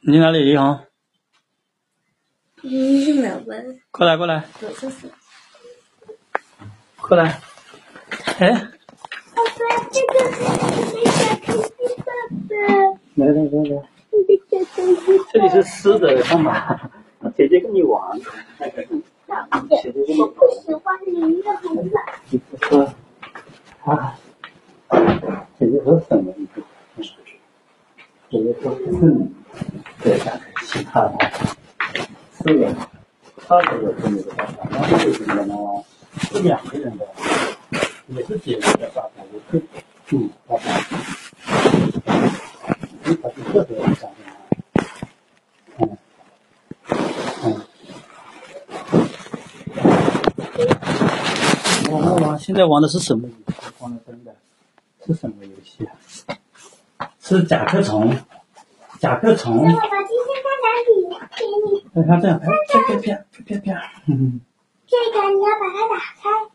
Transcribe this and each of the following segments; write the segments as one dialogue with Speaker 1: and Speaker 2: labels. Speaker 1: 你哪里银行？
Speaker 2: 你是哪位？
Speaker 1: 过来，过来，
Speaker 2: 我就是。
Speaker 1: 过来。哎，
Speaker 2: 爸爸，这个是你的小东西，爸爸，
Speaker 1: 来来来来，
Speaker 2: 你的小东西。
Speaker 1: 这里是湿的，干嘛？姐姐跟你 玩。姐姐跟你
Speaker 2: 我不喜欢淋的孩子。
Speaker 1: 你不说啊？姐姐说什么？姐姐说嗯，这下可稀罕了。四个，他这个是你的爸爸，妈妈就是你的妈妈，是两个人的，也是姐姐的爸爸，也是嗯爸爸。你把这个给我讲讲。嗯嗯。我们玩现在玩的是什么游戏？忘了真的是什么游戏啊？是甲壳虫，甲壳虫。
Speaker 2: 爸爸，今天在哪里？给你
Speaker 1: 那它这样，哎，啪啪啪啪啪，嗯，
Speaker 2: 这个，你要把它打开。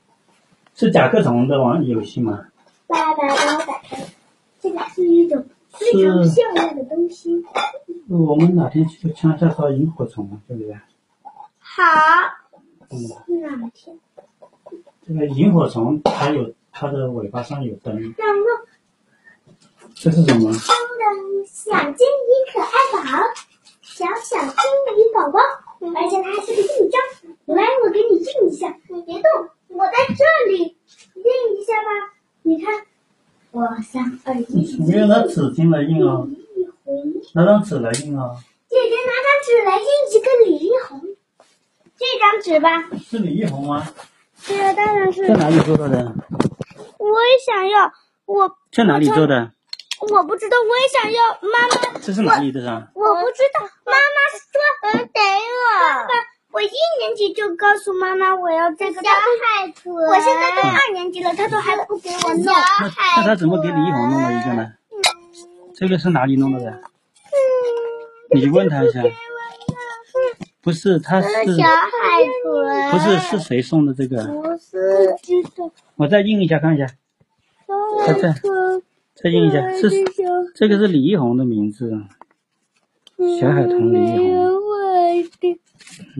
Speaker 1: 是甲壳虫的玩游戏吗？
Speaker 2: 爸爸，帮我打开。这个是一种非常
Speaker 1: 是
Speaker 2: 漂亮的东西。
Speaker 1: 我们哪天去枪下烧萤火虫嘛，对不对？
Speaker 2: 好。
Speaker 1: 嗯，
Speaker 2: 哪天？
Speaker 1: 这个萤火虫它有它的尾巴上有灯，
Speaker 2: 让我
Speaker 1: 这是什么？
Speaker 2: 当当，小金鱼可爱宝，小小金鱼宝宝，而且它还是个印章。来，我给你印一下，你别动，我在这里，印一下吧。你看，我三二一，
Speaker 1: 你用拿纸巾来印哦，
Speaker 2: 李红，
Speaker 1: 拿张纸来印哦，
Speaker 2: 姐姐拿张纸来印一个李一红，这张纸吧。
Speaker 1: 是李易红吗？
Speaker 2: 这个当然是
Speaker 1: 在哪里做到的？
Speaker 2: 我也想要，我
Speaker 1: 在哪里做的？
Speaker 2: 我不知道，我也想要，妈妈。
Speaker 1: 这是哪里的啊？
Speaker 2: 我不知道，妈妈说，嗯，等我。爸爸，我一年级就告诉妈妈我要这个小海豚。我现在都二年级了，她都还不给我弄。
Speaker 1: 那嗯那他怎么给李易红弄了一个呢？这个是哪里弄的的？你问他一下。不是，他是
Speaker 2: 海豚
Speaker 1: 不是是谁送的这个？
Speaker 2: 不是，知道
Speaker 1: 我再印一下看一下，海
Speaker 2: 豚
Speaker 1: 再印一下是这个是李易红的名字，嗯小海豚李易红，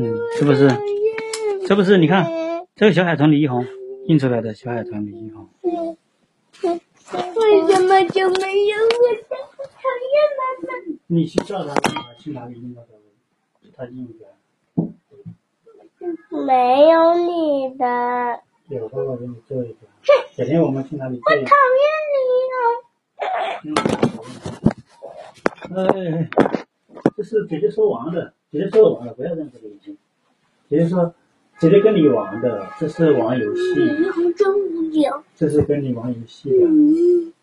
Speaker 1: 嗯，是不是？这不是你看这个小海豚李易红印出来的小海豚李易红，
Speaker 2: 为什么就没有我的？讨厌妈妈。
Speaker 1: 你去叫他去哪里印到的？他印的，
Speaker 2: 没有你的，
Speaker 1: 有的我给你做一个，改天我们去哪里做一个？
Speaker 2: 讨哦
Speaker 1: 嗯，
Speaker 2: 厌
Speaker 1: 哎，这是姐姐说玩的，姐姐说玩的，不要认这个已经。姐姐说，姐姐跟你玩的，这是玩游
Speaker 2: 你哦。
Speaker 1: 戏，
Speaker 2: 你好真无聊。
Speaker 1: 这是跟你玩游戏啊的。
Speaker 2: 嗯，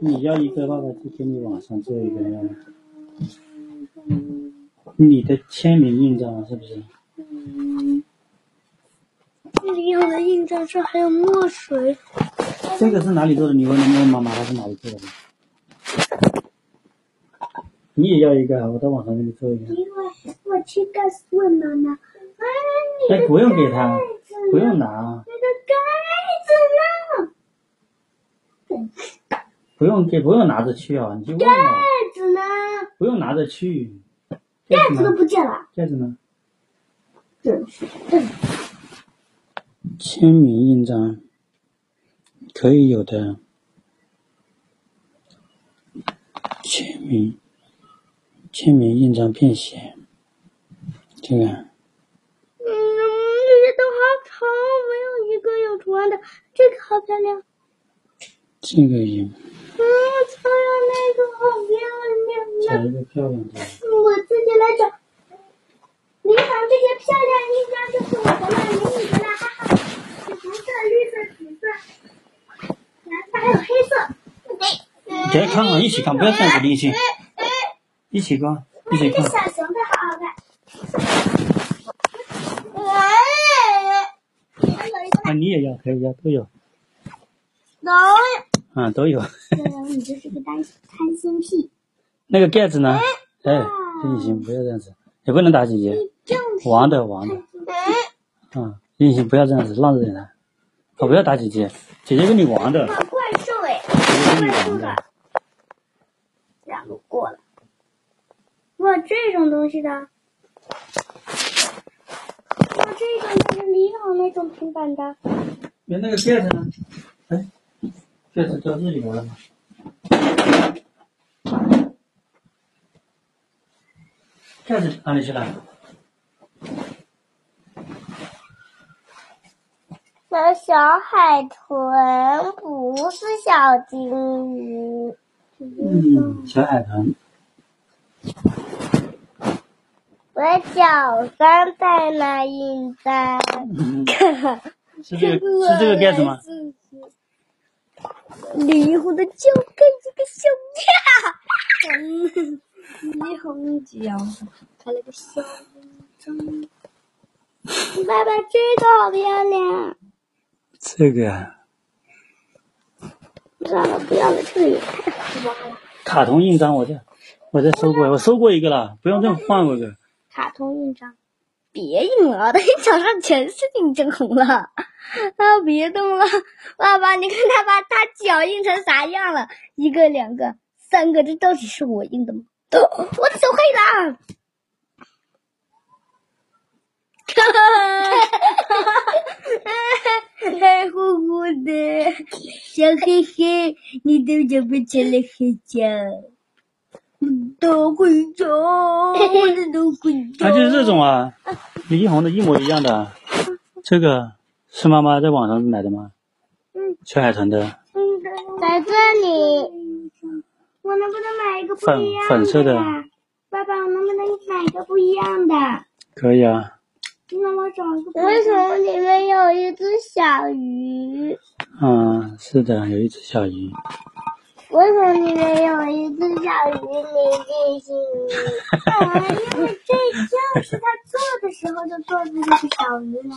Speaker 1: 你要一个，爸爸就给你网上做一个呀。你的签名印章是不是？
Speaker 2: 这里有的印章上还有墨水。
Speaker 1: 这个是哪里做的？你问问妈妈，她是哪里做的？你也要一个啊，我到网上给你做一个。
Speaker 2: 因为我去告诉我妈妈，啊，你
Speaker 1: 哎，
Speaker 2: 的
Speaker 1: 不用给他
Speaker 2: 盖子呢，
Speaker 1: 不用拿，
Speaker 2: 你的盖子呢？
Speaker 1: 不用给，不用拿着去啊，你就问了。
Speaker 2: 盖子呢？
Speaker 1: 不用拿着去。盖
Speaker 2: 盖
Speaker 1: 子
Speaker 2: 子都
Speaker 1: 呢？
Speaker 2: 不见了。
Speaker 1: 盖子呢？
Speaker 2: 真是
Speaker 1: 签名印章可以有的。签名，签名印章便携，这个
Speaker 2: 嗯，这些都好丑，没有一个有图案的。这个好漂亮。
Speaker 1: 这个也
Speaker 2: 嗯，超有那个好漂亮
Speaker 1: 找
Speaker 2: 嗯
Speaker 1: 一个漂亮的。
Speaker 2: 我自己来找。你好，这些漂亮印章就是我的了，没你的了，哈哈。红色、绿色、紫色，蓝色还有黑色。嗯
Speaker 1: 姐看看，一起看，不要站着立信，一起看，一起
Speaker 2: 这
Speaker 1: 看
Speaker 2: 小。熊的好好看。
Speaker 1: 啊，你也要，可以要，都有，啊，都有。
Speaker 2: 你就是个贪贪心屁，
Speaker 1: 那个盖子呢？哎，运行不要这样子，也不能打姐姐，
Speaker 2: 就是
Speaker 1: 玩的玩的。啊，运行不要这样子，让着点他。哦，不要打姐姐，姐姐跟你玩的，
Speaker 2: 怪兽哎，
Speaker 1: 姐姐跟你玩的。
Speaker 2: 然后过了。哇，这种东西的，哇，这种就是李老那种平板的，
Speaker 1: 那那个戒指呢？哎，戒指都是你的吗？戒指哪里去了？
Speaker 3: 那小海豚不是小金鱼，
Speaker 1: 嗯，小海豚。
Speaker 3: 我脚上在那印章。
Speaker 1: 嗯，是这个是这个戒指吗？？
Speaker 3: 迷糊的就跟这个小样， 霓虹脚，它那个小嗯
Speaker 2: 爸爸这个好漂亮，
Speaker 1: 这个
Speaker 2: 算了，不要了，这个也太
Speaker 1: 卡通印章，我这我这收过，我收过一个了，不用证换过一个。
Speaker 2: 卡通印章。
Speaker 3: 别印了，他一脚上全是印证红了。 啊，别动了， 爸爸，你看他把他脚印成啥样了？一个、两个、三个，这到底是我印的吗？哦我的手黑 了。哈哈哈哈哈！黑乎乎的，小黑黑，你都长不成了黑脚。 大灰虫，我的大灰 虫。
Speaker 1: 啊，就是这种啊，李一红的一模一样的。这个是妈妈在网上买的吗？嗯，小海豚的
Speaker 3: 在这里。
Speaker 2: 我能不能买一个不
Speaker 1: 粉
Speaker 2: 一样
Speaker 1: 粉色
Speaker 2: 的
Speaker 1: 的，
Speaker 2: 呀？爸爸，我能不能买一个不一样的？
Speaker 1: 可以啊。
Speaker 2: 你让我找一个不一样的。
Speaker 3: 为什么里面有一只小鱼？
Speaker 1: 嗯，是的，有一只小鱼。
Speaker 3: 为什么里面有一只小鱼？你 进行
Speaker 2: 啊，因为这就是他做的时候就做出这个小鱼来。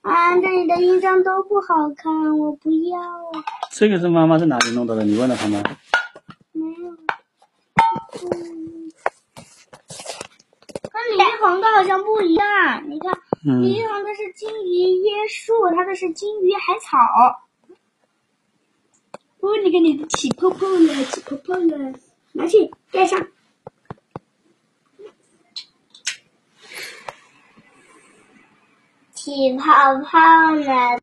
Speaker 2: 啊，这里的印章都不好看，我不要。啊
Speaker 1: 这个是妈妈在哪里弄到的？你问了她吗？
Speaker 2: 没有。嗯，跟李一红的好像不一样。你看，
Speaker 1: 嗯
Speaker 2: 李一红的是金鱼椰树，他的是金鱼海草。哦，你看你的起泡泡了，起泡泡了，拿去盖上。
Speaker 3: 起泡泡呢？